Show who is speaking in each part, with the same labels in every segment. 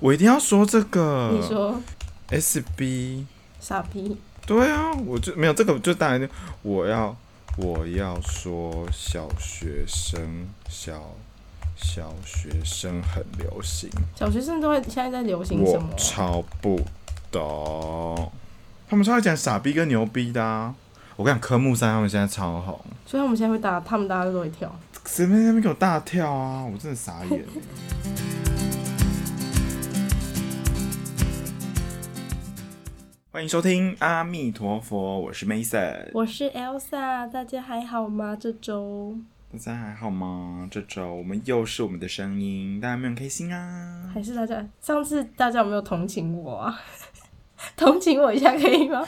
Speaker 1: 我一定要说这
Speaker 2: 你
Speaker 1: 个
Speaker 2: 说
Speaker 1: SB，
Speaker 2: 傻逼，
Speaker 1: 对啊，我就没有这个，就当然我要我要说小学生小小学生很流行，
Speaker 2: 小学生都会现在在流行什
Speaker 1: 我
Speaker 2: 么？
Speaker 1: 超不懂，他们超爱讲傻逼跟牛逼的、啊，我跟你讲科目三他们现在超红，
Speaker 2: 所以我们现在会打，他们大家都会跳。
Speaker 1: 谁在那边给我大跳啊，我真的傻眼、欸。欢迎收听阿弥陀佛，我是 Mason。
Speaker 2: 我是 Elsa，大家还好吗？这周
Speaker 1: 大家还好吗？这周我们又是我们的声音，大家有没有很开心啊？
Speaker 2: 还是大家上次大家有没有同情我啊？ 同情我一下可以吗？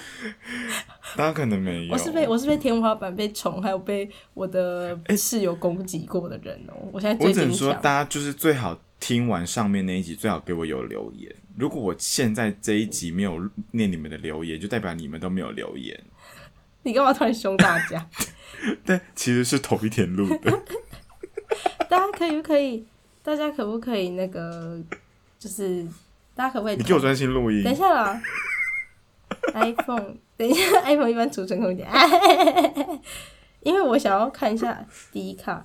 Speaker 1: 大家可能没有，
Speaker 2: 我是被我是被天花板、被虫，还有被我的
Speaker 1: 哎
Speaker 2: 室友攻击过的人哦、我现在
Speaker 1: 我
Speaker 2: 最
Speaker 1: 只能
Speaker 2: 坚
Speaker 1: 说
Speaker 2: 强
Speaker 1: 大。家就是最好听完上面那一集，最好给我有留言。如果我现在这一集没有念你们的留言，就代表你们都没有留言。
Speaker 2: 你干嘛突然凶大家？
Speaker 1: 但其实是头一天录的，
Speaker 2: 大家可以不可以？大家可不可以那个？就是大家可不可以？
Speaker 1: 你给我专心录音
Speaker 2: 等。一下 啦，iPhone，等一下，iPhone 一般储存空间， 因为我想要看一下第一卡。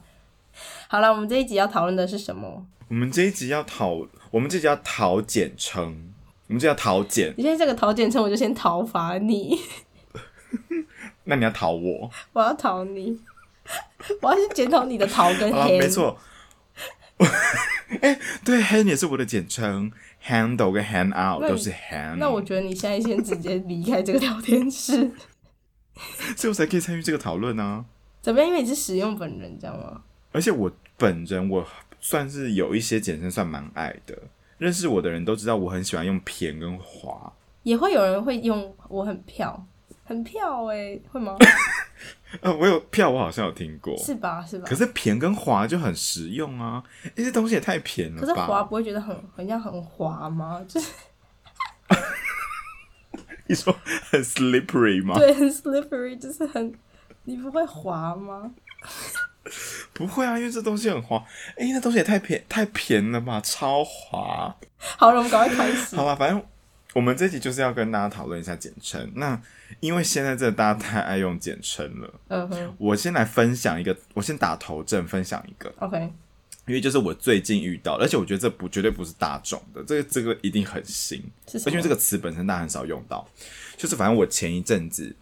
Speaker 2: 好了，我们这一集要讨论的是什么？
Speaker 1: 我们这一集要讨，我们这一集要讨简称，我们这叫讨简，
Speaker 2: 你现在这个讨简称，我就先讨伐你，
Speaker 1: 那你要讨我。
Speaker 2: 我要讨你， 我要去检讨你的讨跟
Speaker 1: 啊，
Speaker 2: 黑。
Speaker 1: 没错。 哎、对，hand 也是我的简称，handle 跟 hand out
Speaker 2: 那你
Speaker 1: 都是 hand，
Speaker 2: 那我觉得你现在先直接离开这个聊天室，
Speaker 1: 所以我才可以参与这个讨论呢。
Speaker 2: 怎么样？因为你是使用本人，你知道吗？
Speaker 1: 而且我本人我算是有一些简称算蛮爱的，认识我的人都知道我很喜欢用偏跟滑。
Speaker 2: 也会有人会用我很票，很票哎、会吗？
Speaker 1: 呃，我有票，我好像有听过。
Speaker 2: 是吧？是吧？
Speaker 1: 可是偏跟滑就很实用啊，这些东西也太偏了
Speaker 2: 可
Speaker 1: 吧？
Speaker 2: 是滑不会觉得很很像很 滑吗？就是
Speaker 1: 你说很 slippery 吗？
Speaker 2: 对，很 slippery，就是很，你不会滑吗？
Speaker 1: 不会啊，因为这东西很滑。哎、那东西也太偏太偏了吧，超滑。
Speaker 2: 好了，我们赶快开始
Speaker 1: 好。吧，反正我们这集就是要跟大家讨论一下简称。那因为现在这大家太爱用简称了，
Speaker 2: 嗯哼
Speaker 1: 我先来分享一个，我先打头阵分享一个，
Speaker 2: ，OK，
Speaker 1: 因为就是我最近遇到的，而且我觉得这不绝对不是大众的，这个这个一定很新，
Speaker 2: 是什
Speaker 1: 而
Speaker 2: 么？
Speaker 1: 且这个词本身大家很少用到。就是反正我前一阵子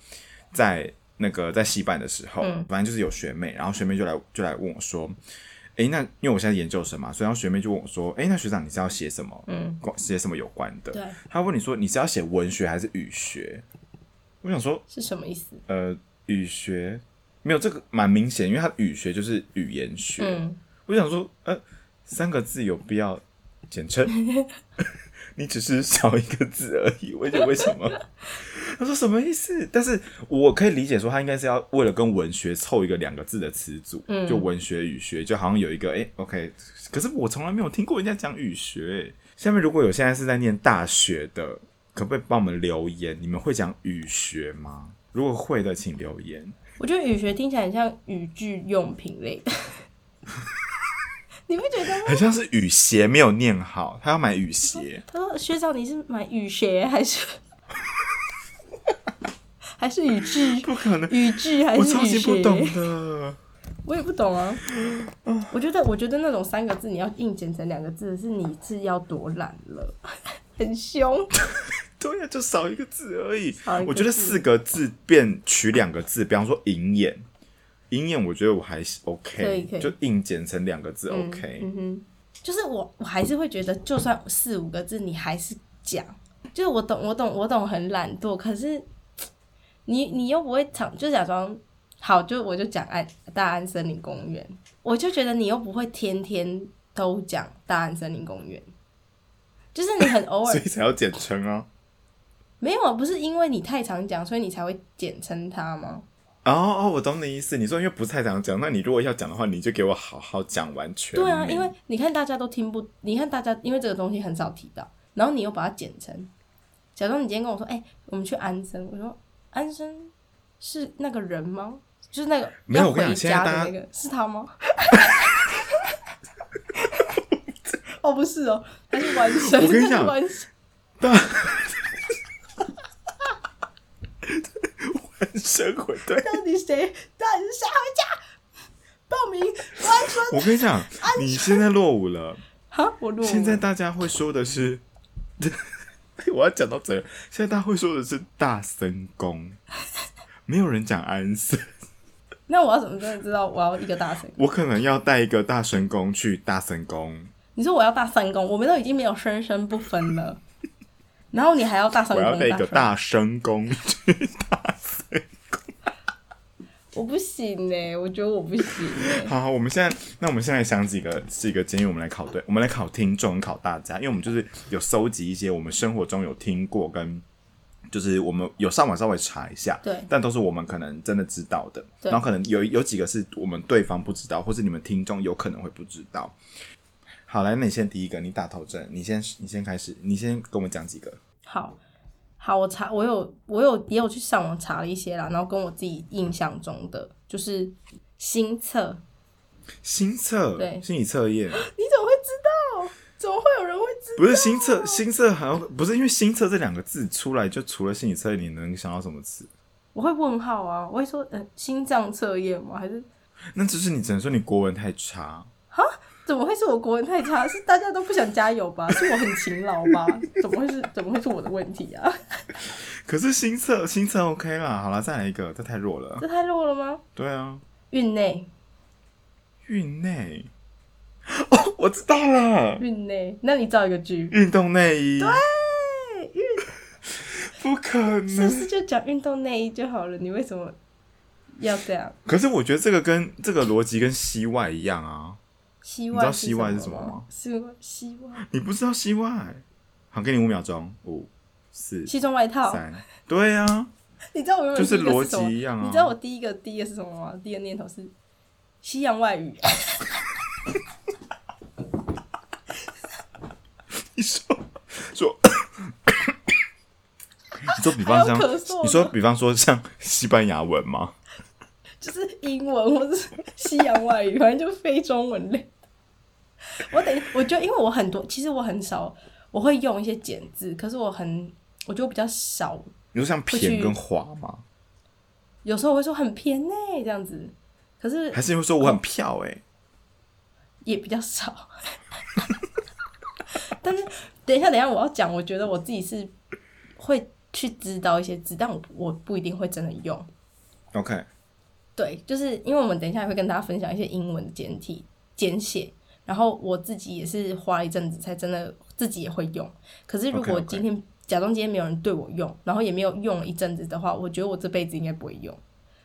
Speaker 1: 在那个在戏办的时候，
Speaker 2: 嗯
Speaker 1: 反正就是有学妹，然后学妹就来就来问我说。诶，那因为我现在研究生嘛，所以然后学妹就问我说：“诶，那学长你是要写什么？
Speaker 2: 嗯，
Speaker 1: 关写什么有关的？”
Speaker 2: 对，
Speaker 1: 他问你说你是要写文学还是语学？我想说，
Speaker 2: 是什么意思？
Speaker 1: 呃，语学没有这个蛮明显，因为它语学就是语言学。
Speaker 2: 嗯，
Speaker 1: 我想说，呃，三个字有必要简 称？你只是少一个字而已，我也觉得为什么？他说什么意思？但是我可以理解说，他应该是要为了跟文学凑一个两个字的词组，
Speaker 2: 嗯
Speaker 1: 就文学语学，就好像有一个哎、诶 o k 可是我从来没有听过人家讲语学、诶下面如果有现在是在念大学的，可不可以帮我们留言？你们会讲语学吗？如果会的，请留言。
Speaker 2: 我觉得语学听起来很像语句用品类 的，你不觉得吗？
Speaker 1: 很像是雨鞋没有念好，他要买雨鞋。
Speaker 2: 他说：“学长，你是买语学还是 还是语 句？
Speaker 1: 不可能，
Speaker 2: 语句还
Speaker 1: 我
Speaker 2: 是
Speaker 1: 超
Speaker 2: 语
Speaker 1: 级
Speaker 2: 学
Speaker 1: 不？懂的。
Speaker 2: 我也不懂啊。我觉得，我觉得那种三个字你要硬剪成两个字，是你是要多懒了， 很凶。
Speaker 1: 对呀、啊就少一个字而已
Speaker 2: 少一个。字
Speaker 1: 我觉得四个字变取两个字，比方说“银眼”，“银眼”我觉得我还是
Speaker 2: 可以
Speaker 1: OK，
Speaker 2: 可以
Speaker 1: 就硬剪成两个字 OK。
Speaker 2: 嗯哼，就是我，我还是会觉得，就算四五个字，你还是讲。就是我懂，我懂，我懂，很懒惰，可是你你又不会常就假装好，就我就讲安大安森林公园，我就觉得你又不会天天都讲大安森林公园，就是你很偶尔
Speaker 1: 所以才要简称啊。
Speaker 2: 没有，啊，不是因为你太常讲，所以你才会简称它吗？
Speaker 1: 哦哦，我懂你意思。你说因为不太想讲，那你如果要讲的话，你就给我好好讲完全名。
Speaker 2: 对啊，因 为你看大家都听不，你看大家因为这个东西很少提到，然后你又把它简称。假装你今天跟我说，哎、我们去安生，我说安生是那个人吗？ 就是那个
Speaker 1: 没有
Speaker 2: 要
Speaker 1: 我跟你
Speaker 2: 回
Speaker 1: 讲现在
Speaker 2: 家
Speaker 1: 大
Speaker 2: 的
Speaker 1: 家
Speaker 2: 那个是他吗？哦，不是哦，他是完全，
Speaker 1: 我跟你讲
Speaker 2: 它是完全
Speaker 1: 大完生混 对。
Speaker 2: 到底谁到底是谁回家报名完全
Speaker 1: 我跟你讲，你现在落伍了。
Speaker 2: 哈，我录
Speaker 1: 现在大家会说的是， 我要讲到怎样？现在大家会说的是大森宫，没有人讲安森。
Speaker 2: 那我要怎么真的知道我要一个大神？
Speaker 1: 我可能要带一个大神宫去大森宫，
Speaker 2: 你说我要大三公，我们都已经没有生生不分了， 然后你还要大三
Speaker 1: 我
Speaker 2: 公？
Speaker 1: 要带一个
Speaker 2: 大三
Speaker 1: 大神宫去大森。
Speaker 2: 公，我不行呢、我觉得我不行、欸。
Speaker 1: 好好，我们现在，那我们现在想几个几个建议，我们来考对，我们来考听众，考大家，因为我们就是有搜集一些我们生活中有听过跟。就是我们有上网稍微查一下，
Speaker 2: 对
Speaker 1: 但都是我们可能真的知道的，
Speaker 2: 对
Speaker 1: 然后可能有有几个是我们对方不知道，或是你们听众有可能会不知道。好，来，那你先第一个，你打头阵，你先你先开始，你先跟我们讲几个。
Speaker 2: 好好，我查，我有我有也有去上网查了一些啦，然后跟我自己印象中的就是新测，
Speaker 1: 新测
Speaker 2: 对，
Speaker 1: 心理测验，
Speaker 2: 你怎么会知道？怎么会有人会知
Speaker 1: 不是新测，新测好像不是因为新测这两个字出来，就除了心理测验，你能想到什么词？
Speaker 2: 我会问号啊，我会说，嗯、心脏测验吗？还是
Speaker 1: 那只是你只能说你国文太差，
Speaker 2: 怎么会是我国文太差？是大家都不想加油吧？是我很勤劳吧？怎么会是怎么会是我的问题啊？
Speaker 1: 可是新测新测 OK 啦，好啦，再来一个，这太弱了。
Speaker 2: 这太弱了吗？
Speaker 1: 对啊，
Speaker 2: 运内，
Speaker 1: 运内，哦，我知道了，
Speaker 2: 运内，那你造一个句，
Speaker 1: 运动内衣，对，
Speaker 2: 运
Speaker 1: 不可
Speaker 2: 是不
Speaker 1: 能。
Speaker 2: 是就讲运动内衣就好了？你为什么要这样？
Speaker 1: 可是我觉得这个跟这个逻辑跟西外一样啊，
Speaker 2: 西
Speaker 1: 你知
Speaker 2: 外
Speaker 1: 道西外是
Speaker 2: 什
Speaker 1: 什么吗
Speaker 2: 吗？西外，西外，
Speaker 1: 你不知道西外。好，给你五秒钟，五、四、
Speaker 2: 西装外套。
Speaker 1: 三，对啊，
Speaker 2: 你知道我原本
Speaker 1: 就是
Speaker 2: 第一个
Speaker 1: 逻
Speaker 2: 什么
Speaker 1: 辑一样啊
Speaker 2: 你知道我第一个第一个是什么吗？第一个念头是西洋外语。
Speaker 1: 你说说， 你说比
Speaker 2: 还
Speaker 1: 方
Speaker 2: 有
Speaker 1: 像
Speaker 2: 咳嗽，
Speaker 1: 你说比方说像西班牙文吗？
Speaker 2: 就是英文或是西洋外语，反正就非中文类。我等，我觉得因为我很多，其实我很少，我会用一些简字，可是我很，我觉得我比较少，
Speaker 1: 你说像
Speaker 2: 会
Speaker 1: 偏
Speaker 2: 去
Speaker 1: 跟滑吗？
Speaker 2: 有时候我会说很偏呢、这样子，可是
Speaker 1: 还是因为说我很票哎、
Speaker 2: 也比较少。 但是等一下，等一下，我要讲，我觉得我自己是会去知道一些字，但我我不一定会真的用。
Speaker 1: OK，
Speaker 2: 对，就是因为我们等一下也会跟大家分享一些英文的简体简写，然后我自己也是花了一阵子才真的自己也会用。可是如果
Speaker 1: OK，OK
Speaker 2: 今天假装今天没有人对我用，然后也没有用了一阵子的话，我觉得我这辈子应该不会用。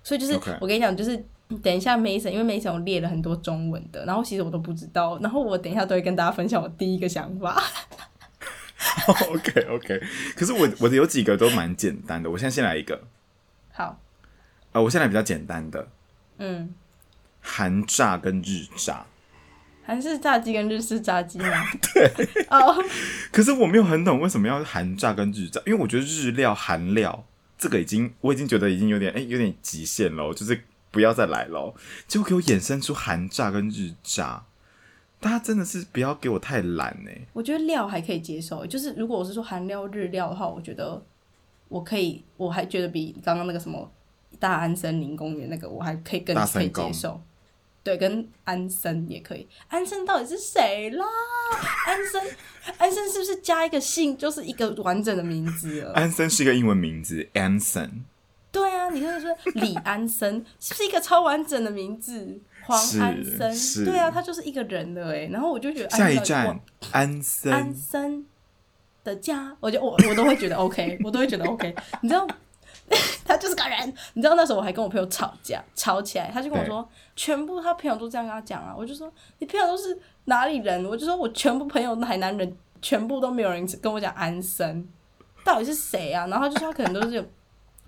Speaker 2: 所以就是
Speaker 1: OK
Speaker 2: 我跟你讲，就是等一下 Mason，因为 Mason 我列了很多中文的，然后其实我都不知道，然后我等一下都会跟大家分享我第一个想法。
Speaker 1: OK OK，可是我我的有几个都蛮简单的，我现在先来一个
Speaker 2: 好，
Speaker 1: 啊、我先来比较简单的，
Speaker 2: 嗯，
Speaker 1: 韩炸跟日炸。
Speaker 2: 韩式炸鸡跟日式炸 鸡吗？对，哦，
Speaker 1: 可是我没有很懂为什么要韩炸跟日炸，因为我觉得日料、韩料这个已经我已经觉得已经有点哎、有点极限喽，就是不要再来喽。结果给我衍生出韩炸跟日炸，大家真的是不要给我太懒哎、
Speaker 2: 我觉得料还可以接受，就是如果我是说韩料、日料的话，我觉得我可以，我还觉得比刚刚那个什么大安森林公园那个，我还可以更
Speaker 1: 大
Speaker 2: 可以
Speaker 1: 森宫
Speaker 2: 接受。对，跟安森也可以。安森到底是谁啦？安森，安森是不是加一个姓就是一个完整的名字 了？
Speaker 1: 安森是一个英文名字，Anson。
Speaker 2: 对啊，你可以说李安森，是不是一个超完整的名字？黄安
Speaker 1: 是
Speaker 2: 森，对啊，他就是一个人了哎。然后我就觉得，
Speaker 1: 下
Speaker 2: 哎
Speaker 1: 一
Speaker 2: 到底哇
Speaker 1: 站安
Speaker 2: 安
Speaker 1: 森，
Speaker 2: 生的家，我就我我都会觉得 OK，我都会觉得 OK。你知道， 他就是个人。你知道那时候我还跟我朋友吵架，吵起来，他就跟我说，全部他朋友都这样跟他讲啊。我就说，你朋友都是哪里人？我就说我全部朋友都台南人，全部都没有人跟我讲安生，到底是谁啊？然后他就说他可能都是有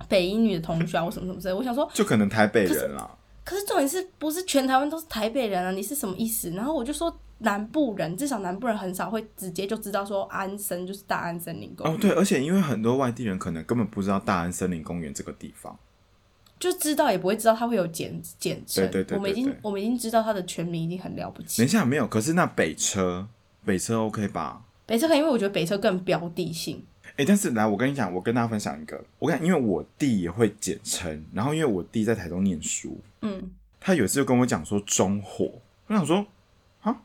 Speaker 2: 北一女的同学啊，或什么什么之类的。我想说，
Speaker 1: 就可能台北人啦。
Speaker 2: 可是重点是不是全台湾都是台北人啊？你是什么意思？然后我就说南部人，至少南部人很少会直接就知道说安生就是大安森林公园，
Speaker 1: 哦，对，而且因为很多外地人可能根本不知道大安森林公园这个地方。
Speaker 2: 就知道也不会知道它会有简简称。
Speaker 1: 对对对对
Speaker 2: 我们已
Speaker 1: 对
Speaker 2: 经
Speaker 1: 对
Speaker 2: 我们已经知道它的全名已经很了不
Speaker 1: 等一
Speaker 2: 起。
Speaker 1: 下没有，可是那北车北车 OK 吧？
Speaker 2: 北车可以，因为我觉得北车更标的性。
Speaker 1: 哎、但是来，我跟你讲，我跟大家分享一个，我跟你讲因为我弟也会简称，然后因为我弟在台中念书，
Speaker 2: 嗯，
Speaker 1: 他有一次就跟我讲说中火，我想说啊，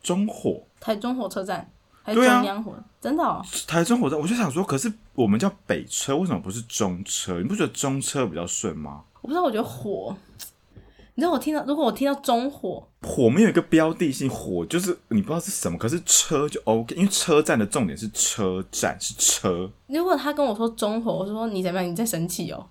Speaker 1: 中火，
Speaker 2: 台中火车站还是
Speaker 1: 对啊
Speaker 2: 中央火，真的哦。
Speaker 1: 台中火车，我就想说，可是我们叫北车，为什么不是中车？你不觉得中车比较顺吗？
Speaker 2: 我不知道，我觉得火，你知道我听到，如果我听到中火，
Speaker 1: 火没有一个标的性，火就是你不知道是什么，可是车就 OK，因为车站的重点是车站是车，
Speaker 2: 如果他跟我说中火，我说你怎么样？你在生气哦？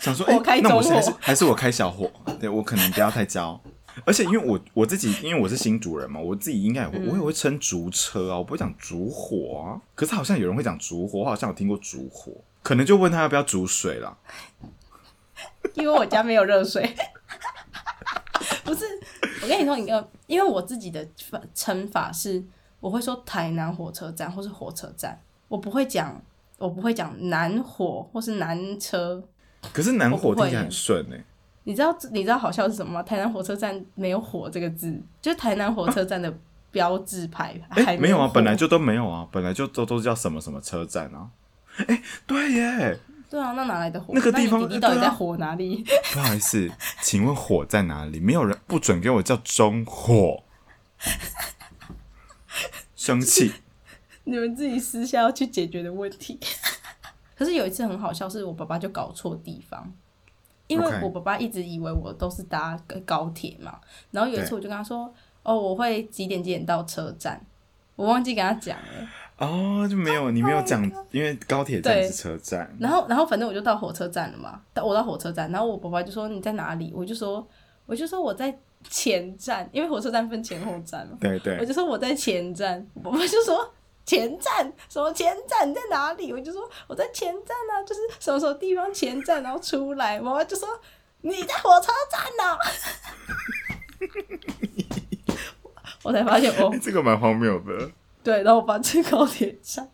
Speaker 1: 想说哎、
Speaker 2: 火
Speaker 1: 诶
Speaker 2: 开
Speaker 1: 那我现
Speaker 2: 中
Speaker 1: 在是
Speaker 2: 火
Speaker 1: 还是我开小火，对我可能不要太焦。而且因为我我自己，因为我是新竹人嘛，我自己应该也会，我也
Speaker 2: 嗯
Speaker 1: 会称竹车啊，我不会讲竹火啊。可是好像有人会讲竹火，我好像有听过竹火，可能就问他要不要煮水啦。
Speaker 2: 因为我家没有热水。 不是，我跟你说一个，因为我自己的法称法是，我会说台南火车站或是火车站，我不会讲，我不会讲南火或是南车。
Speaker 1: 可是南火
Speaker 2: 我不会
Speaker 1: 听起来很
Speaker 2: 耶
Speaker 1: 顺哎、
Speaker 2: 你知道你知道好笑是什么吗？台南火车站没有“火”这个字，就是台南火车站的标志牌，
Speaker 1: 哎、
Speaker 2: 还
Speaker 1: 没有啊，
Speaker 2: 火
Speaker 1: 本来就都没有啊，本来就都都叫什么什么车站啊。哎、对耶，
Speaker 2: 对啊，那哪来的火？
Speaker 1: 那个地方
Speaker 2: 你弟弟到底
Speaker 1: 对啊
Speaker 2: 在火哪里？
Speaker 1: 不好意思，请问火在哪里？没有人不准给我叫中火，生气。
Speaker 2: 你们自己私下要去解决的问题。 可是有一次很好笑，是我爸爸就搞错地方，因为
Speaker 1: OK
Speaker 2: 我爸爸一直以为我都是搭高铁嘛。然后有一次
Speaker 1: 对
Speaker 2: 我就跟他说：“哦，我会几点几点到车站。”我忘记跟他讲了。
Speaker 1: 哦，就没有，你没有讲，因为高铁站是车站。
Speaker 2: 然后，然后反正我就到火车站了嘛，到我到火车站，然后我爸爸就说：“你在哪里？”我就说：“我就说我在前站，因为火车站分前后站嘛。”
Speaker 1: 对
Speaker 2: 我
Speaker 1: 对，
Speaker 2: 就说我在前站，我爸就说前站什么前站你在哪里？我就说我在前站啊，就是什么什么地方前站，然后出来，我妈就说你在火车站啊呢、 我才发现哦，
Speaker 1: 哎这个蛮荒谬的。
Speaker 2: 对，然后我爸去高铁站，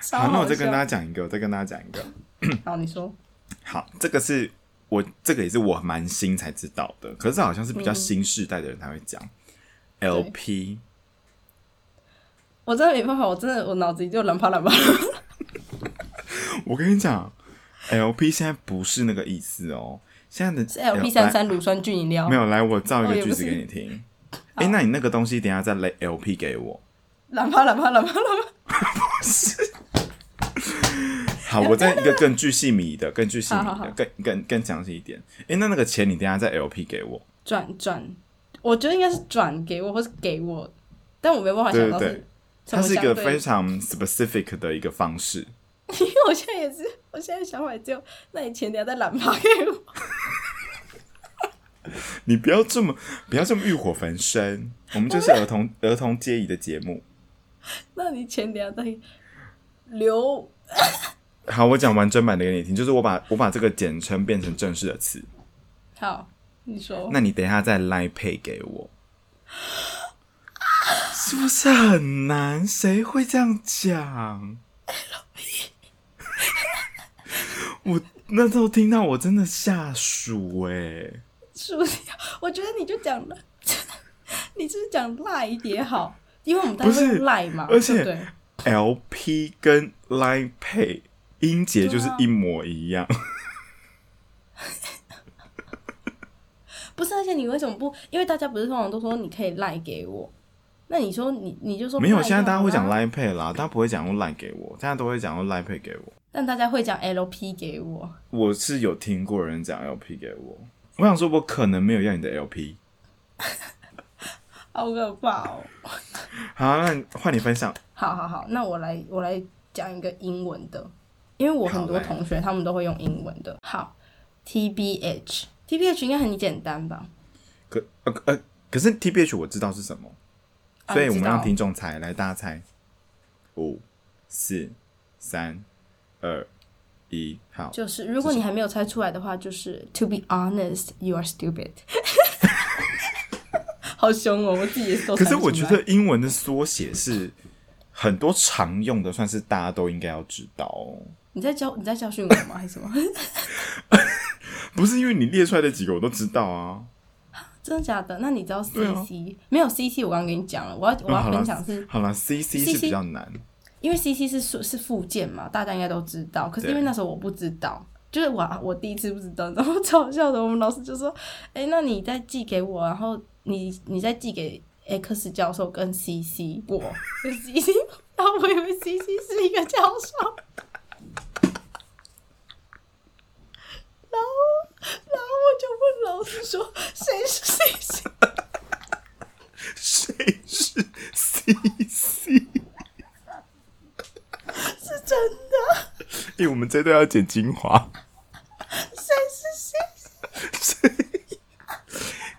Speaker 2: 超
Speaker 1: 好，那我
Speaker 2: 好
Speaker 1: 再跟
Speaker 2: 笑。
Speaker 1: 大家讲一个，我再跟大家讲一个。
Speaker 2: 好，你说
Speaker 1: 好，这个是我这个也是我蛮新才知道的，可是这好像是比较新世代的人才会讲、LP。
Speaker 2: 我真的没办法，我真的我脑子里就乱啪乱啪。
Speaker 1: 我跟你讲，LP 现在不是那个意思哦，现在的
Speaker 2: 是 LP 三三乳酸菌饮料，
Speaker 1: 没有来，我造一
Speaker 2: 哦
Speaker 1: 个
Speaker 2: 也不
Speaker 1: 句子
Speaker 2: 是
Speaker 1: 给你听。哎、那你那个东西等一下再来 LP 给我。
Speaker 2: 乱啪乱啪乱啪乱啪。
Speaker 1: 好，
Speaker 2: 哎
Speaker 1: 我再一个更具细迷的、更具细迷
Speaker 2: 好好
Speaker 1: 的
Speaker 2: 好、
Speaker 1: 更更更详细一点。哎、那那个钱你等一下再 LP 给我。
Speaker 2: 转转，我觉得应该是转给我，或是给我，但我没有办法想到
Speaker 1: 对对
Speaker 2: 是什
Speaker 1: 它
Speaker 2: 么
Speaker 1: 是一
Speaker 2: 相
Speaker 1: 个
Speaker 2: 对。
Speaker 1: 非常 specific 的一个方式。
Speaker 2: 因为我现在也是，我现在想法也只有，那你前天在懒趴给我，
Speaker 1: 你不要这么不要这么欲火焚身，我们就是儿童儿童皆宜的节目。
Speaker 2: 那你前天在留，
Speaker 1: 好，我讲完整版的给你听，就是我把我把这个简称变成正式的词。
Speaker 2: 好，你说
Speaker 1: 那你等一下再 Line Pay 给我，是不是很难？谁会这样讲？ 我那时候听到，我真的吓鼠哎、
Speaker 2: 是不是？我觉得 你就讲了，你是不是讲赖也好，因为我们大家
Speaker 1: 不是
Speaker 2: 都赖嘛，
Speaker 1: 而且
Speaker 2: 对不对
Speaker 1: LP 跟 Line Pay 音节就是
Speaker 2: 对啊
Speaker 1: 一模一样，
Speaker 2: 不是，而且你为什么不？因为大家不是通常都说你可以赖给我，那你说你你就说
Speaker 1: 没有。
Speaker 2: 赖
Speaker 1: 现在大家会讲
Speaker 2: 就好啦啊
Speaker 1: Line Pay 啦，大家不会讲用 Line 给我，大家都会讲用 Line Pay 给我。
Speaker 2: 但大家会讲 LP 给我。
Speaker 1: 我是有听过人讲 LP 给我，我想说，我可能没有要你的 LP。
Speaker 2: 好可怕哦！
Speaker 1: 好，那你换你分享。
Speaker 2: 好好好，那我来我来讲一个英文的，因为我很多
Speaker 1: 好来
Speaker 2: 同学他们都会用英文的。好，TBH。TBH 应该很简单吧？
Speaker 1: 可呃可呃，可是 T B H 我知道是什么，
Speaker 2: 啊
Speaker 1: 所以我
Speaker 2: 你
Speaker 1: 们
Speaker 2: 知道
Speaker 1: 让听众猜，来大家猜，五、四、三、二、一，好，
Speaker 2: 就是如果你还没有猜出来的话，就是 To be honest, you are stupid。好凶哦！我自己也是都
Speaker 1: 可
Speaker 2: 猜
Speaker 1: 是
Speaker 2: 不
Speaker 1: 我
Speaker 2: 出
Speaker 1: 觉
Speaker 2: 来
Speaker 1: 得英文的缩写是很多常用的，算是大家都应该要知道哦。
Speaker 2: 你在教你在教训我吗？还是什么？
Speaker 1: 不是因为你列出来的几个我都知道啊，
Speaker 2: 真的假的？那你知道 CC、
Speaker 1: 对啊
Speaker 2: 没有 CC？我刚刚跟你讲了，我要我
Speaker 1: 嗯
Speaker 2: 要
Speaker 1: 好
Speaker 2: 分
Speaker 1: 啦
Speaker 2: 享是、
Speaker 1: 好啦 c C 是
Speaker 2: CC
Speaker 1: 比较难，
Speaker 2: 因为 CC 是是是附件嘛，大家应该都知道。可是
Speaker 1: 对
Speaker 2: 因为那时候我不知道，就是我我第一次不知道，然后超好笑的。我们老师就说：“哎、那你再寄给我，然后你你再寄给 X 教授跟 CC 我 CC。”然 后我以为 CC 是一个教授，然后然后我就问老师说：“谁是 CC？”
Speaker 1: 谁是 C C？
Speaker 2: 是真的？
Speaker 1: 因为我们这段要剪精华。
Speaker 2: 谁是 CC？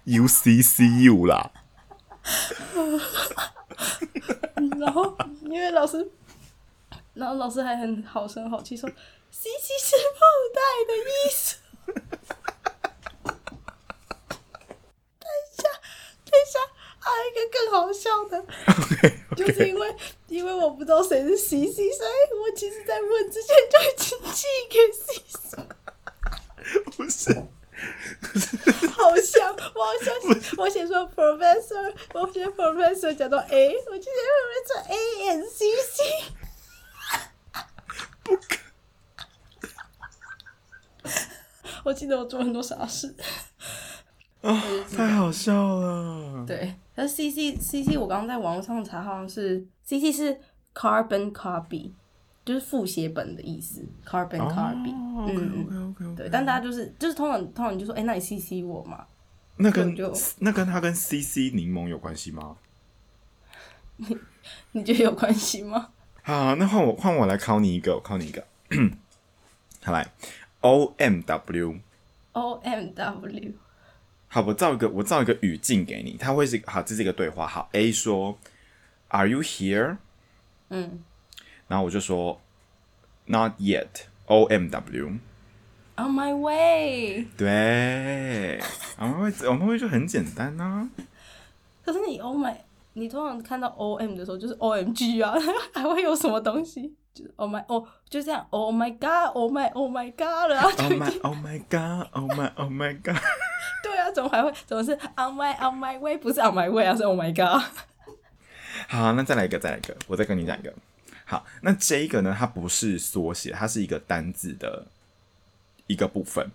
Speaker 1: U C C U 啦，
Speaker 2: 然后因为老师，然后老师还很好声好气说：“西西是布袋的意思。”等一下，等一下，还有一个更好笑的 就是因为因为我不知道谁是西西，所以我其实在问之前就已经寄给西西。
Speaker 1: 不是
Speaker 2: 好像，我好像写我写说 professor，我写 professor 讲到 A，我就写 professor A and C C。不可。我记得我做很多傻事。
Speaker 1: 啊， 太好笑了。
Speaker 2: 对，但是 C C C C，我刚刚在网络上查，好像是 C C 是 carbon copy，就是复写本的意思，carbon copy。
Speaker 1: 哦，OK
Speaker 2: 嗯
Speaker 1: OK
Speaker 2: 嗯，
Speaker 1: OK OK。
Speaker 2: 对，但大家就是就是通常通常你就说，哎、那你 C C 我嘛，
Speaker 1: 那跟
Speaker 2: 就
Speaker 1: 那跟他跟 C C 柠檬有关系吗？
Speaker 2: 你觉得有关系吗？
Speaker 1: 啊，那换我换我来考你一个，我考你一个。 好来，O M W，
Speaker 2: O M W，
Speaker 1: 好，我造一个我造一个语境给你，它会是好，这是一个对话。好，A 说，Are you here？
Speaker 2: 嗯，
Speaker 1: 然后我就说，Not yet。O M W。
Speaker 2: On my way。
Speaker 1: 对，我们会我们会就很简单啊呐、
Speaker 2: 可是你 Oh my，你通常看到 O M 的时候就是 O M G 啊， 还会有什么东西？就是 Oh my Oh，就这样 Oh my God，Oh my Oh my God 了啊，
Speaker 1: Oh
Speaker 2: 对
Speaker 1: my, oh my god, oh my, oh my god！
Speaker 2: 对啊，怎么还会怎么是 On my On my way，不是 On my way 啊，是 Oh my God。
Speaker 1: 好，那再来一个，再来一个，我再跟你讲一个。好，那这一个呢，它不是缩写，它是一个单字的一个部分。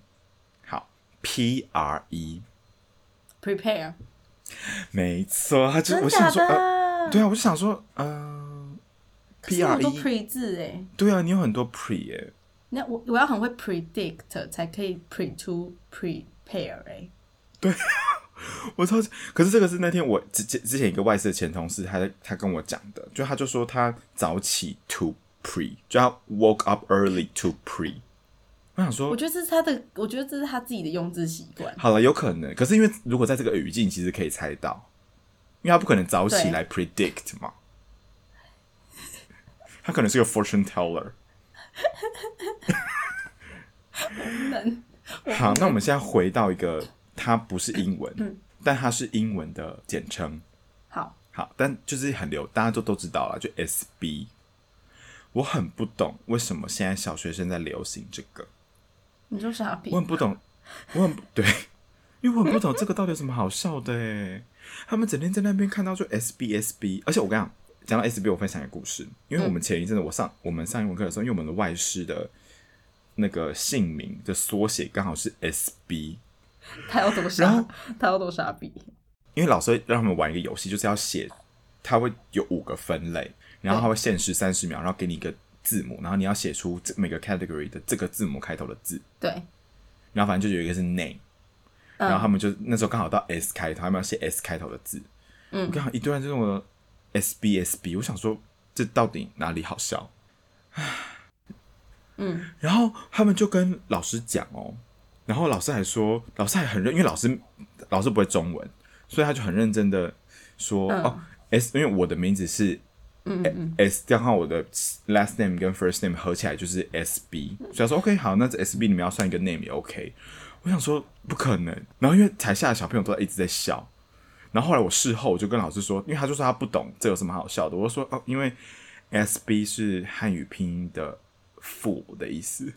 Speaker 1: 好，P R E，
Speaker 2: Prepare，
Speaker 1: 没错，它就我
Speaker 2: 真的
Speaker 1: 想
Speaker 2: 假
Speaker 1: 说，呃，
Speaker 2: 的？
Speaker 1: 对啊，我就想说，呃
Speaker 2: 可
Speaker 1: ，P
Speaker 2: 是我
Speaker 1: R
Speaker 2: 都
Speaker 1: E，
Speaker 2: pre 字哎，
Speaker 1: 对啊，你有很多 pre 耶、
Speaker 2: 那我我要很会 predict 才可以 pre to prepare 哎、
Speaker 1: 我超级，可是这个是那天我之之之前一个外事的前同事，他在他跟我讲的，就他就说他早起 to pre，就他 woke up early to pre。我想
Speaker 2: 我
Speaker 1: 说，
Speaker 2: 觉得这是他的，我觉得这是他自己的用字习惯。
Speaker 1: 好了，有可能，可是因为如果在这个语境，其实可以猜到，因为他不可能早起
Speaker 2: 对
Speaker 1: 来 predict 嘛，他可能是个 fortune teller。
Speaker 2: 能
Speaker 1: 好，那我们现在回到一个，它不是英
Speaker 2: 嗯
Speaker 1: 文，但它是英文的简称。
Speaker 2: 好，
Speaker 1: 好，但就是很流，大家都都知道了，就 SB。我很不懂为什么现在小学生在流行这个，
Speaker 2: 你说傻逼
Speaker 1: 我。很不懂，我很不 对，因为我很不懂这个到底有什么好笑的诶他们整天在那边看到就 SB SB，而且我跟你讲，讲到 SB，我分享一个故事，因为我们前一阵子我上我们上英文课的时候，因为我们的外师的那个姓名的缩写刚好是 SB，
Speaker 2: 他要多
Speaker 1: 然
Speaker 2: 傻
Speaker 1: 后，
Speaker 2: 他要多傻逼。
Speaker 1: 因为老师会让他们玩一个游戏，就是要写，他会有五个分类，然后他会限时三十秒，然后给你一个字母，然后你要写出这每个 category 的这个字母开头的字，
Speaker 2: 对，
Speaker 1: 然后反正就有一个是 name，
Speaker 2: 嗯
Speaker 1: 然后他们就那时候刚好到 S 开头，他们要写 S 开头的字，嗯，我刚好一堆人就跟我 S B S B，我想说这到底哪里好笑？
Speaker 2: 嗯，
Speaker 1: 然后他们就跟老师讲哦，然后老师还说，老师还很认，因为老师老师不会中文，所以他就很认真的说、
Speaker 2: 嗯
Speaker 1: 哦，S，因为我的名字是。S 这样的话，我的 last name 跟 first name 合起来就是 SB，所以他说 OK 好，那这 SB 你们要算一个 name 也 OK。我想说不可能，然后因为台下的小朋友都在一直在笑，然后后来我事后我就跟老师说，因为他就说他不懂这有什么好笑的，我就说哦，因为 SB 是汉语拼音的父的意思。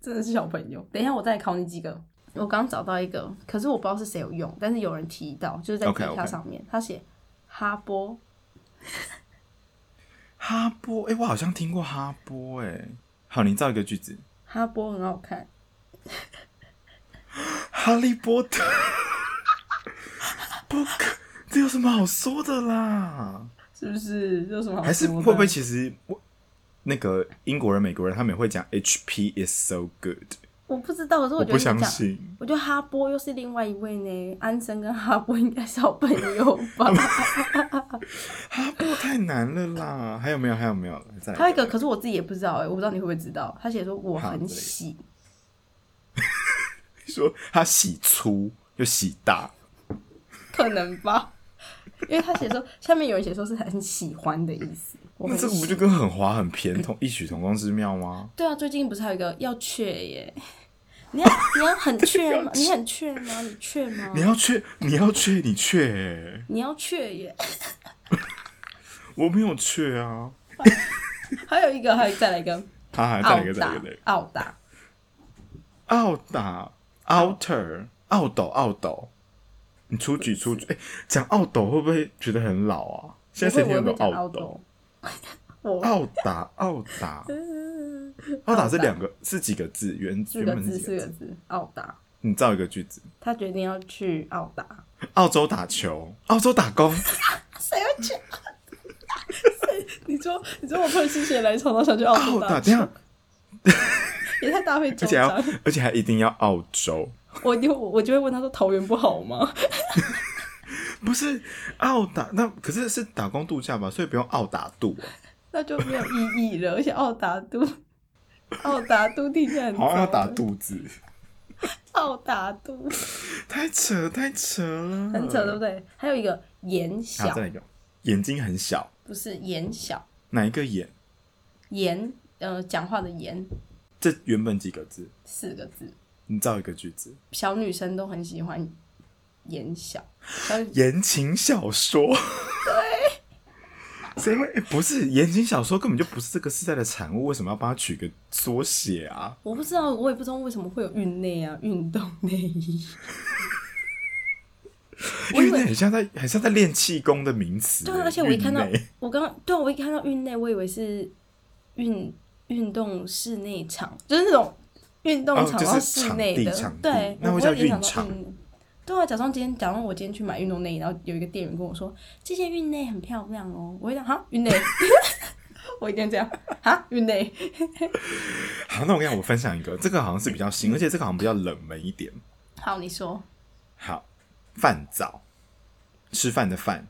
Speaker 2: 真的是小朋友。等一下，我再考你几个。我刚找到一个，可是我不知道是谁有用，但是有人提到，就是在
Speaker 1: OK，OK
Speaker 2: 底下上面他写哈波，
Speaker 1: 哈波，哎、我好像听过哈波、哎，好，你造一个句子，
Speaker 2: 哈波很好看，
Speaker 1: 哈利波特，不可，这有什么好说的啦？
Speaker 2: 是不是？这有什哦么好说的？
Speaker 1: 还是会不会其实我那个英国人、美国人他们也会讲 HP is so good，
Speaker 2: 我不知道，可是我
Speaker 1: 不
Speaker 2: 觉得你
Speaker 1: 相
Speaker 2: 讲，
Speaker 1: 信。
Speaker 2: 我觉得哈波又是另外一位呢，安生跟哈波应该是好朋友 吧？
Speaker 1: 哈波太难了啦！还有没有？还有没有？再来
Speaker 2: 还有一个，可是我自己也不知道哎、我不知道你会不会知道，他写说我
Speaker 1: 好
Speaker 2: 很
Speaker 1: 对
Speaker 2: 喜，
Speaker 1: 你说他洗粗又洗大，
Speaker 2: 可能吧，因为他写说下面有人写说是很喜欢的意思，我
Speaker 1: 那
Speaker 2: 很
Speaker 1: 这个不
Speaker 2: 喜。
Speaker 1: 就跟很滑很偏同异曲同工之妙吗？
Speaker 2: 对啊，最近不是还有一个要确耶？你要你要 很确吗？你很确吗？你确吗？
Speaker 1: 你要确，你要确，你确、欸，
Speaker 2: 你要确耶？
Speaker 1: 我没有确啊。
Speaker 2: 还有一个，还有再来一个
Speaker 1: 他还啊再
Speaker 2: 奥
Speaker 1: 来一个，再来一
Speaker 2: 达
Speaker 1: 个，再来一个，
Speaker 2: 奥达
Speaker 1: 奥打 outer 奥斗奥斗，你出局出局，哎、讲奥斗会不会觉得很老啊？现在谁
Speaker 2: 不
Speaker 1: 听
Speaker 2: 会
Speaker 1: 得
Speaker 2: 我
Speaker 1: 懂
Speaker 2: 会讲
Speaker 1: 奥斗
Speaker 2: 斗？，我
Speaker 1: 奥打奥 打奥打是两个是几个字？原
Speaker 2: 四
Speaker 1: 原
Speaker 2: 个
Speaker 1: 本
Speaker 2: 字
Speaker 1: 是
Speaker 2: 四
Speaker 1: 几
Speaker 2: 个
Speaker 1: 字？
Speaker 2: 字奥达，
Speaker 1: 你造一个句子：
Speaker 2: 他决定要去奥达，
Speaker 1: 澳洲打球，澳洲打工。
Speaker 2: 谁会去？ 你说，你说我突然心血来潮，然后想去澳
Speaker 1: 澳
Speaker 2: 洲
Speaker 1: 打，
Speaker 2: 打
Speaker 1: 这
Speaker 2: 球，
Speaker 1: 样，
Speaker 2: 也太大费
Speaker 1: 而
Speaker 2: 周
Speaker 1: 且还
Speaker 2: 章
Speaker 1: 要。，而且还一定要澳洲，
Speaker 2: 我就我就会问他说桃园不好吗？
Speaker 1: 不是澳打那可是是打工度假吧，所以不用澳打度、啊。
Speaker 2: 那就没有意义了。而且奥达都， 奥达都听起来很
Speaker 1: 好像要
Speaker 2: 糟
Speaker 1: 打肚子，
Speaker 2: 奥达都
Speaker 1: 太扯太扯了，啊
Speaker 2: 很扯，对不对？还有一个眼小
Speaker 1: 好，，再来一个，眼睛很小，
Speaker 2: 不是眼小，
Speaker 1: 哪一个眼？
Speaker 2: 眼呃讲话的眼
Speaker 1: 这原本几个字？
Speaker 2: 四个字，
Speaker 1: 你造一个句子，
Speaker 2: 小女生都很喜欢眼小，小女
Speaker 1: 言情小说。 对，谁会、欸不是言情小说根本就不是这个时代的产物，为什么要帮它取个缩写啊？
Speaker 2: 我不知道，我也不知道为什么会有运内啊，运动内衣。
Speaker 1: 因为
Speaker 2: 我以
Speaker 1: 那
Speaker 2: 为
Speaker 1: 很像在很像在练气功的名词欸。
Speaker 2: 对啊，而且我一看到
Speaker 1: 运内，
Speaker 2: 我刚刚对啊我一看到运内，我以为是运运动室内场，就是那种运动
Speaker 1: 哦
Speaker 2: 场
Speaker 1: 就
Speaker 2: 到
Speaker 1: 是
Speaker 2: 室
Speaker 1: 场
Speaker 2: 内
Speaker 1: 地
Speaker 2: 的，
Speaker 1: 场地
Speaker 2: 对，
Speaker 1: 那
Speaker 2: 我
Speaker 1: 会
Speaker 2: 不
Speaker 1: 叫
Speaker 2: 会联
Speaker 1: 运
Speaker 2: 想到
Speaker 1: 场
Speaker 2: 运。对啊，假装今天，假装我今天去买运动内衣，然后有一个店员跟我说这件运内很漂亮哦，我会讲哈运内， 我一定这样哈运内，
Speaker 1: 好，那我跟你讲我分享一个，这个好像是比较新，
Speaker 2: 嗯
Speaker 1: 而且这个好像比较冷门一点。
Speaker 2: 好你说
Speaker 1: 好，饭早，吃饭的饭，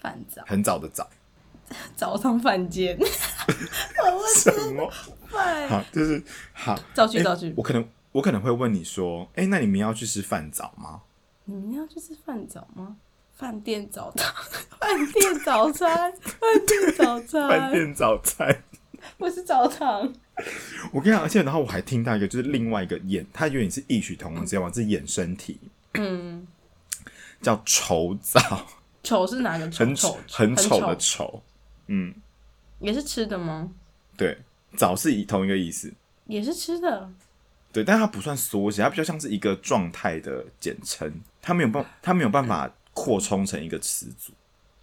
Speaker 2: 饭早
Speaker 1: 很早的早，
Speaker 2: 早上饭间，我问
Speaker 1: 什么？
Speaker 2: 饭
Speaker 1: 好，就是好。
Speaker 2: 造句
Speaker 1: 欸
Speaker 2: 造句
Speaker 1: 我可能我可能会问你说，哎、那你明天要去吃饭早吗？
Speaker 2: 你们要去吃饭早吗？饭店早餐，饭店早餐，饭店早
Speaker 1: 饭
Speaker 2: 餐，
Speaker 1: 店早餐。
Speaker 2: 不是澡堂。
Speaker 1: 我跟你讲，而且然后我还听到一个，就是另外一个衍，它有点是异曲同工之妙，是衍生题，
Speaker 2: 嗯，
Speaker 1: 叫丑早，
Speaker 2: 丑是哪个丑？
Speaker 1: 很
Speaker 2: 丑
Speaker 1: 丑很
Speaker 2: 丑
Speaker 1: 丑的丑。嗯，
Speaker 2: 也是吃的吗？
Speaker 1: 对，早是一同一个意思，
Speaker 2: 也是吃的。
Speaker 1: 对，但它不算缩写，它比较像是一个状态的简称，它没有办，它没有办法扩充成一个词组。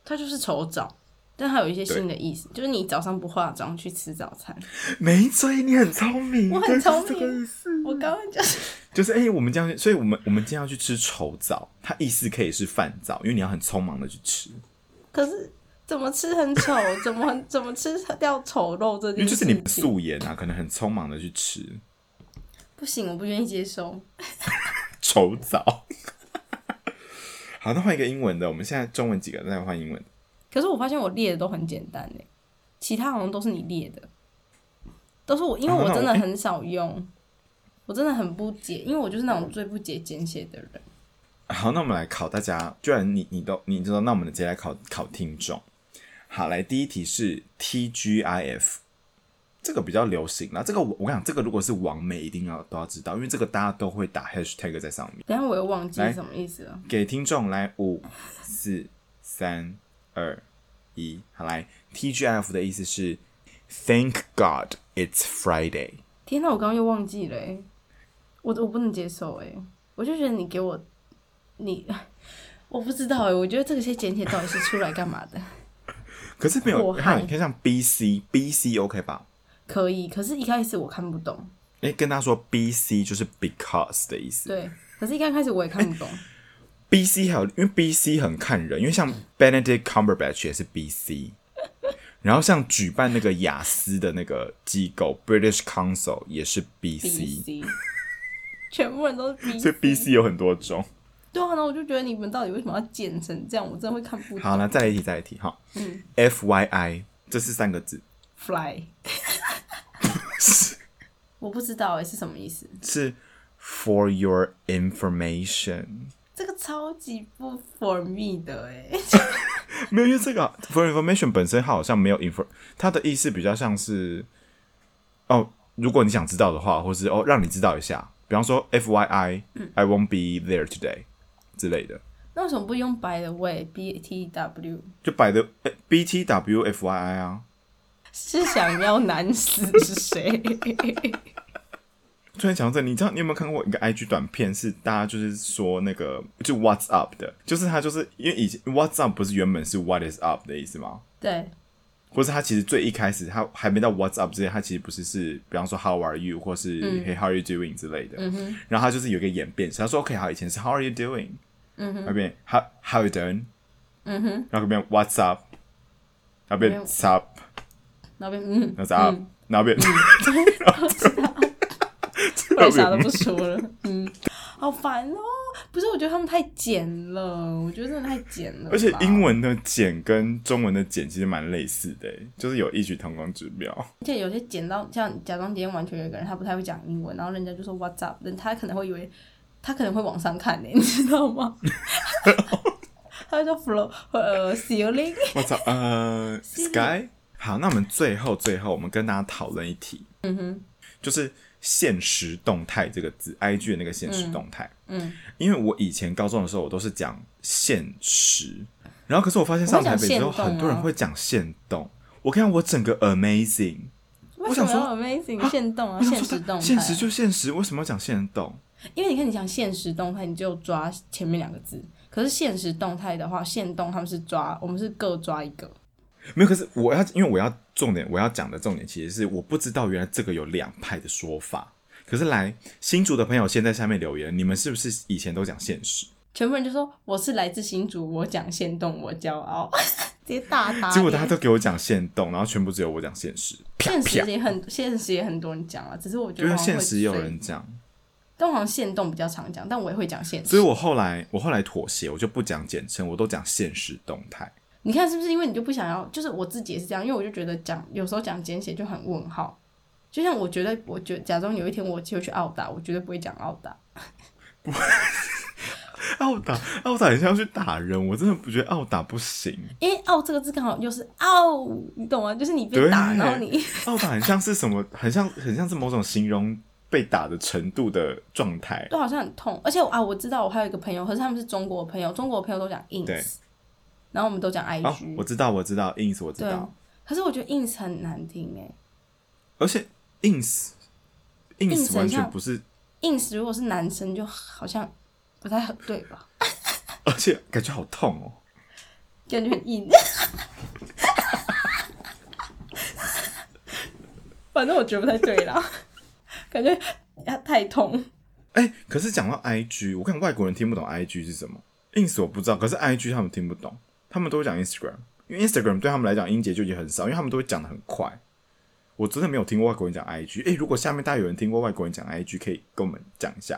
Speaker 2: 它就是丑澡，但它有一些
Speaker 1: 对
Speaker 2: 新的意思，就是你早上不化妆去吃早餐。
Speaker 1: 没追，你很聪明，
Speaker 2: 我很
Speaker 1: 对就是
Speaker 2: 聪
Speaker 1: 这个
Speaker 2: 明
Speaker 1: 意思
Speaker 2: 我刚刚就是
Speaker 1: 就是哎、欸我们这样，所以我们我们今天要去吃稠枣，它意思可以是饭枣，因为你要很匆忙的去吃，
Speaker 2: 可是怎么吃很 丑，怎么怎么吃掉丑肉这
Speaker 1: 因为
Speaker 2: 件
Speaker 1: 就是
Speaker 2: 事情，
Speaker 1: 你素颜啊，可能很匆忙的去吃
Speaker 2: 不行，我不愿意接受。
Speaker 1: 稠枣。好，那换一个英文的，我们现在中文几个，再换英文。
Speaker 2: 可是我发现我列的都很简单诶，其他好像都是你列的，都是我，因为
Speaker 1: 啊
Speaker 2: 我
Speaker 1: 那我
Speaker 2: 真的很少用，我真的很不解，因为我就是那
Speaker 1: 嗯
Speaker 2: 种最不解简写的人。
Speaker 1: 好，那我们来考大家，居然你你都你知道，那我们直接来考考听众。好，来第一题是 T G I F，这个比较流行啦。这个我我跟你讲，这个如果是网美一定要都要知道，因为这个大家都会打 hashtag 在上面。
Speaker 2: 等一下我又忘记
Speaker 1: 来
Speaker 2: 什么意思了。
Speaker 1: 给听众来五、四、三、二、一，好来。TGF 的意思是 Thank God it's Friday。
Speaker 2: 天哪，我刚刚又忘记了诶，欸我我不能接受哎、我就觉得你给我你， 我不知道哎、我觉得这些简写到底是出来干嘛的？
Speaker 1: 可是没有，
Speaker 2: 祸害
Speaker 1: 还有你看像 B C B C OK 吧？
Speaker 2: 可以，可是一开始我看不懂，
Speaker 1: 哎、跟他说 B C 就是 because 的意思。
Speaker 2: 对，可是一刚开始我也 看不懂，
Speaker 1: B C 还有，因为 B C 很看人，因为像 Benedict Cumberbatch 也是 B C，然后像举办那个雅思的那个机构 British Council 也是 B C，
Speaker 2: C，全部人都是 B，
Speaker 1: 所以 B C 有很多种。
Speaker 2: 对啊，然后我就觉得你们到底为什么要剪成这样？我真的会看不
Speaker 1: 好，
Speaker 2: 懂。
Speaker 1: 那再来一题，再来一题哈。F Y I 这是三个字，
Speaker 2: Fly，我不知道哎、是什么意思？
Speaker 1: 是 For Your Information。
Speaker 2: 这个超级不 for me 的哎、
Speaker 1: 没有，因为这个啊 for information 本身它好像没有 info，它的意思比较像是哦，如果你想知道的话，或是哦让你知道一下，比方说 F Y I、I won't be there today 之类的，
Speaker 2: 那为什么不用 by the way？B T W
Speaker 1: 就摆的 B T W F Y I 啊，
Speaker 2: 是想要男死是 谁？
Speaker 1: 突然想到这，你知道你有没有看过一个 IG 短片？是大家就是说那个就 What's up 的，就是它就是因为以前 What's up 不是原本是 What is up 的意思吗？
Speaker 2: 对，
Speaker 1: 或是他其实最一开始他还没到 What's up 之前，他其实不是是比方说 How are you 或是 Hey how are you doing 之类的，然后他就是有一个演变，他说 OK 好，以前是 How are you doing，嗯哼，那边 How how you doing，嗯哼，然后变 What's up，然后
Speaker 2: 没
Speaker 1: 变
Speaker 2: 有
Speaker 1: What's up，
Speaker 2: 那边嗯，
Speaker 1: 然后 What's up，然后 变
Speaker 2: 我也啥都不说了，嗯，好烦哦。不是，我觉得他们太简了，我觉得真的太简了吧。
Speaker 1: 而且英文的简跟中文的简其实蛮类似的，欸就是有异曲同工之妙。
Speaker 2: 而且有些捡到像假装今天完全有一个人他不太会讲英文，然后人家就说 What's up，人他可能会以为他可能会往上看呢，你 知道吗？他就说 Flow 呃 ceiling，
Speaker 1: 我操，呃，Sky，好，那我们最后最后，我们跟大家讨论一题，嗯哼，就是现实动态这个字，IG 的那个现实动态，
Speaker 2: 嗯，
Speaker 1: 因为我以前高中的时候，我都是讲现实，然后可是我发现
Speaker 2: 我会
Speaker 1: 上台
Speaker 2: 讲
Speaker 1: 北之后，
Speaker 2: 限动
Speaker 1: 很多人
Speaker 2: 啊
Speaker 1: 会讲现动，我看我整个 amazing，
Speaker 2: 为什
Speaker 1: 想
Speaker 2: 么
Speaker 1: 说
Speaker 2: 要 amazing 现动啊？
Speaker 1: 我想
Speaker 2: 现
Speaker 1: 说
Speaker 2: 实动态，
Speaker 1: 现实就现实，为什么要讲现动？
Speaker 2: 因为你看你讲现实动态，你就抓前面两个字，可是现实动态的话，现动他们是抓，我们是各抓一个，
Speaker 1: 没有，可是我要，因为我要重点，我要讲的重点其实是我不知道原来这个有两派的说法。可是来新竹的朋友先在下面留言，你们是不是以前都讲现实？
Speaker 2: 全部人就说我是来自新竹，我讲现动，我骄傲， 直接大打脸。
Speaker 1: 结果大家都给我讲啊现动，然后全部只有我讲现实，啪
Speaker 2: 现
Speaker 1: 啪
Speaker 2: 实。也很，现实也很多人讲了，啊只是我
Speaker 1: 就
Speaker 2: 觉得
Speaker 1: 是
Speaker 2: 好像
Speaker 1: 现
Speaker 2: 会
Speaker 1: 实也有
Speaker 2: 随
Speaker 1: 人，讲，
Speaker 2: 但我好像现动比较常讲，但我也会讲现实。
Speaker 1: 所以我后来我后来妥协，我就不讲简称，我都讲现实动态。
Speaker 2: 你看是不是因为你就不想要？就是我自己也是这样，因为我就觉得讲有时候讲简写就很问号。就像我觉得，我觉假装有一天我就去澳大，我绝对不会讲澳大。
Speaker 1: 奥打奥打，很像去打人，我真的不觉得奥打不行。
Speaker 2: 因为“哦澳”这个字刚好又是“澳”，你懂吗？就是你被
Speaker 1: 对
Speaker 2: 打，然后你。
Speaker 1: 奥打很像是什么？很像很像是某种形容被打的程度的状态
Speaker 2: 都好像很痛。而且我啊，我知道我还有一个朋友，可是他们是中国朋友，中国朋友都讲
Speaker 1: 对
Speaker 2: ins，然后我们都讲
Speaker 1: 哦
Speaker 2: ig，、，
Speaker 1: 我知道，我知道，ins 我知
Speaker 2: 对
Speaker 1: 道，。
Speaker 2: 可是我觉得 ins 很难听哎、
Speaker 1: 而且 ins
Speaker 2: ins
Speaker 1: ins 完全
Speaker 2: 很像
Speaker 1: 不是，
Speaker 2: ins 如果是男生，就好像不太很对吧？
Speaker 1: 而且感觉好痛哦。
Speaker 2: 感觉很硬。反正我觉得不太对啦，感觉太痛。
Speaker 1: 哎、可是讲到 IG，我看外国人听不懂 IG 是什么，ins 我不知道，可是 IG 他们听不懂，他们都会讲 Instagram，因为 Instagram 对他们来讲音节就已经很少，因为他们都会讲的很快。我真的没有听过外国人讲 IG，哎、如果下面大家有人听过外国人讲 IG，可以跟我们讲一下。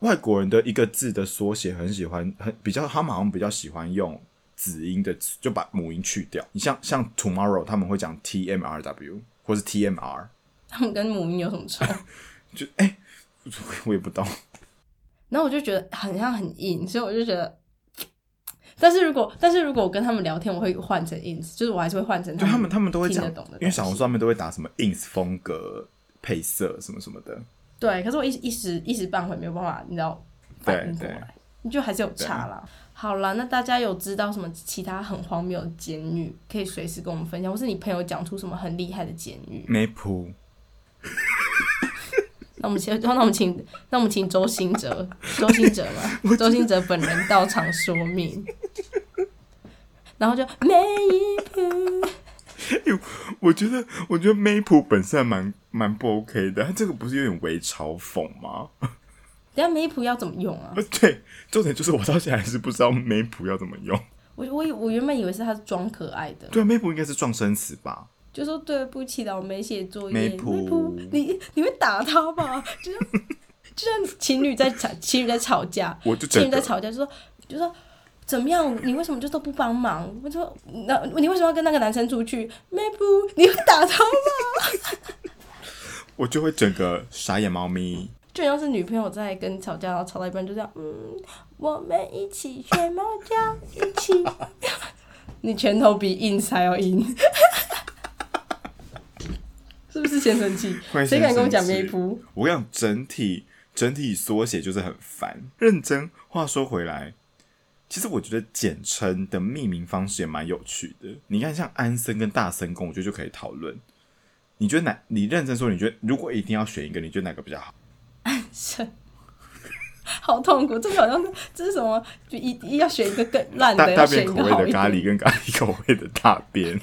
Speaker 1: 外国人的一个字的缩写很喜欢，很比较，他们好像比较喜欢用子音的，就把母音去掉。你像像 tomorrow，他们会讲 T M R W 或是 T M R，
Speaker 2: 他们跟母婴有什么仇？
Speaker 1: 就哎、 我也不懂。
Speaker 2: 然后我就觉得很像很硬，所以我就觉得。但是如果但是如果我跟他们聊天，我会换成 ins，就是我还是会换成
Speaker 1: 就他们他们都会
Speaker 2: 嗯听
Speaker 1: 讲
Speaker 2: 得懂的，东西
Speaker 1: 因为小红书上面都会打什么 ins 风格、配色什么什么的。
Speaker 2: 对，可是我一一时一时半会没有办法，你知道
Speaker 1: 对
Speaker 2: 反应过
Speaker 1: 对
Speaker 2: 来，你就还是有差啦。好啦，那大家有知道什么其他很荒谬的监狱，可以随时跟我们分享，或是你朋友讲出什么很厉害的监狱，
Speaker 1: 没谱，
Speaker 2: 那我们请， 那我们请，那我们请周兴哲，周兴哲 嘛，周兴哲本人到场说明。 然后就每一步，
Speaker 1: 我觉得，我觉得 Maple 本身还蛮蛮不 OK 的，他这个不是有点微嘲讽吗？
Speaker 2: 等下每一步要怎么用啊？
Speaker 1: 对，重点就是我到现在还是不知道 Maple 要怎么用。
Speaker 2: 我我以我原本以为是他是装可爱的，
Speaker 1: 对啊，Maple 应该是撞生词吧？
Speaker 2: 就说对不起啦，我没写作业。
Speaker 1: 没
Speaker 2: 没
Speaker 1: 谱
Speaker 2: 谱你你会打他吧？就像就像情侣在吵，情侣在吵架，
Speaker 1: 我就
Speaker 2: 情
Speaker 1: 整
Speaker 2: 侣在
Speaker 1: 个
Speaker 2: 吵架，就说就说怎么样？你为什么就都不帮忙？我就说那你为什么要跟那个男生出去？没谱，你会打他吗？
Speaker 1: 我就会整个傻眼猫咪。
Speaker 2: 就像是女朋友在跟你吵架，然后吵到一半就这样，嗯，我们一起学猫叫，一 起。你拳头比 ins 还要硬， 是不是先生气？
Speaker 1: 会
Speaker 2: 谁敢跟我讲
Speaker 1: 先
Speaker 2: 没
Speaker 1: 生气
Speaker 2: 谱？
Speaker 1: 我跟你讲整体整体缩写就是很烦。认真，话说回来，其实我觉得简称的命名方式也蛮有趣的。你看，像安森跟大森公，我觉得就可以讨论。你觉得哪？你认真说，你觉得如果一定要选一个，你觉得哪个比较好？
Speaker 2: 是， 好痛苦。这个好像是这是什么？就一一要选一个更烂
Speaker 1: 大
Speaker 2: 的，
Speaker 1: 大
Speaker 2: 要选
Speaker 1: 便
Speaker 2: 一
Speaker 1: 口
Speaker 2: 个
Speaker 1: 味
Speaker 2: 好一
Speaker 1: 的
Speaker 2: 点。
Speaker 1: 咖喱跟咖喱口味的大便。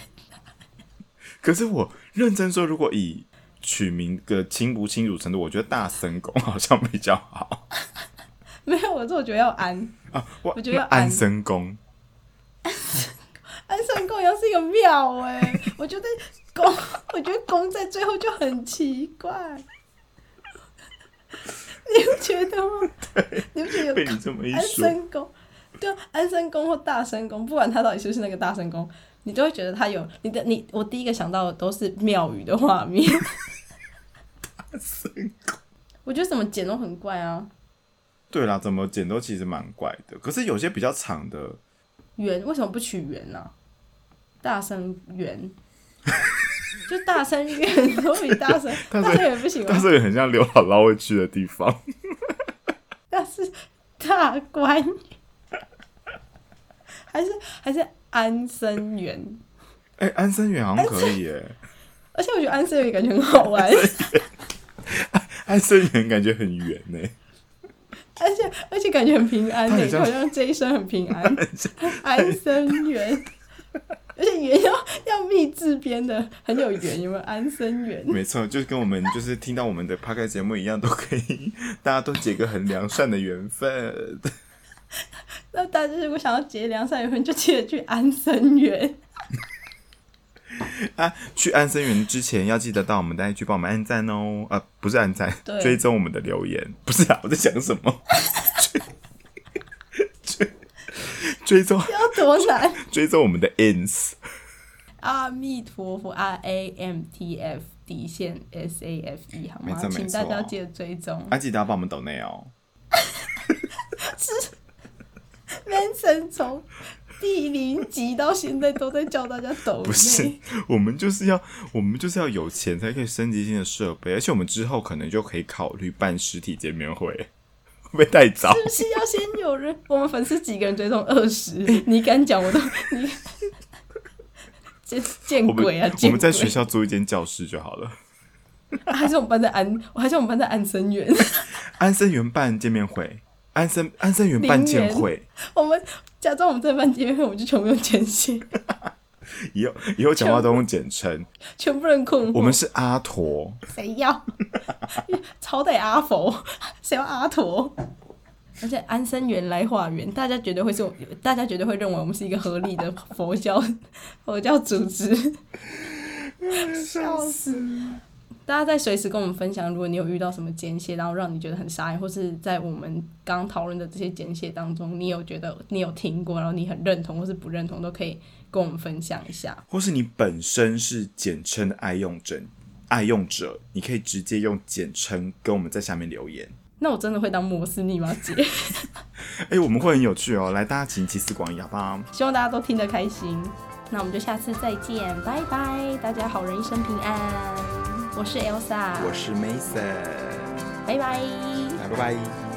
Speaker 1: 可是我认真说，如果以取名的清不清楚程度，我觉得大森公好像比较好
Speaker 2: 没有，我这我觉得要安
Speaker 1: 啊。我
Speaker 2: 我觉得
Speaker 1: 那
Speaker 2: 安
Speaker 1: 安森公。
Speaker 2: 安上公羊是一个庙哎、我觉得公， 我觉得公在最后就很奇怪， 你不觉得吗？你不觉 得
Speaker 1: 被
Speaker 2: 有
Speaker 1: 你这么一
Speaker 2: 安
Speaker 1: 说，
Speaker 2: 生公？对啊，安生公或大生公，不管他到底是不是那个大生公，你都会觉得他有你的你，我第一个想到的都是庙宇的画面。 我觉得怎么剪都很怪啊，
Speaker 1: 对啦，怎么剪都其实蛮怪的。可是有些比较长的，
Speaker 2: 圆为什么不取圆呢、大声圆，就大声圆都比大声，大声圆不行
Speaker 1: 但
Speaker 2: 吗？
Speaker 1: 是很像刘姥姥会去的地 方。
Speaker 2: 但是大观园还是还是安生园，
Speaker 1: 哎、安生园好像可以 耶、
Speaker 2: 而且我觉得安生园感觉很好玩，
Speaker 1: 安生园感觉很远呢、
Speaker 2: 而且而且感觉很平安
Speaker 1: 它
Speaker 2: 的、
Speaker 1: 很像
Speaker 2: 好像这一生很平 安。安生园，而且园要要密字边的，很有缘，有没有？安生园。
Speaker 1: 没错，就跟我们就是听到我们的 p 开节目一样，都可以，大家都结个很良善的缘分。
Speaker 2: 那大家如果想要结良善缘分，就记得去安生园。
Speaker 1: 啊，去安生园之前要记得到我们的 IG 帮我们按赞哦，啊，不是按赞
Speaker 2: 对，
Speaker 1: 追踪我们的留言，不是啊，我在想什么？ 追追追踪
Speaker 2: 要多难？
Speaker 1: 追踪我们的 ins。
Speaker 2: 阿弥陀佛，R A M T F 底线 S A F E 好
Speaker 1: 没
Speaker 2: 吗？
Speaker 1: 错没
Speaker 2: 请大家
Speaker 1: 错
Speaker 2: 记得追踪。
Speaker 1: 啊，记得要帮我们抖内哦。
Speaker 2: Manson 从第零集到现在都在叫大家抖
Speaker 1: 不是
Speaker 2: 内，，
Speaker 1: 我们就是要，我们就是要有钱才可以升级新的设备，而且我们之后可能就可以考虑办实体见面会， 会不会太早？
Speaker 2: 是不是要先有人？我们粉丝几个人追踪二十， 你敢讲我都你 见见
Speaker 1: 我们
Speaker 2: 鬼啊！
Speaker 1: 我
Speaker 2: 见
Speaker 1: 们在
Speaker 2: 鬼！
Speaker 1: 学校租一间教室就好了。
Speaker 2: 还是我们班在安，还是我们班在安 生园。
Speaker 1: 安生园办见面会，安生安生园办
Speaker 2: 林园
Speaker 1: 见会，
Speaker 2: 我们假装我们在办结婚，我们就全部用简写，
Speaker 1: 以后以后讲话都用简称，
Speaker 2: 全部人困惑。
Speaker 1: 我们是阿陀，
Speaker 2: 谁要？ 朝代阿佛，谁要阿陀？而且安生园来化缘，大家绝对会是我，大家绝对会认为我们是一个合理的佛教 佛教组织。
Speaker 1: 笑死！
Speaker 2: 大家在随时跟我们分享，如果你有遇到什么简写，然后让你觉得很傻眼，或是在我们刚讨论的这些简写当中，你有觉得你有听过，然后你很认同或是不认同，都可以跟我们分享一下。
Speaker 1: 或是你本身是简称的爱用者，爱用者，你可以直接用简称跟我们在下面留言。
Speaker 2: 那我真的会当摩斯密码姐，
Speaker 1: 哎、我们会很有趣哦！来，大家请集思广益，好不好？
Speaker 2: 希望大家都听得开心。那我们就下次再见，拜拜！大家好人一生平安，我是 Elsa，
Speaker 1: 我是 Mason，
Speaker 2: 拜拜。
Speaker 1: 来，拜拜。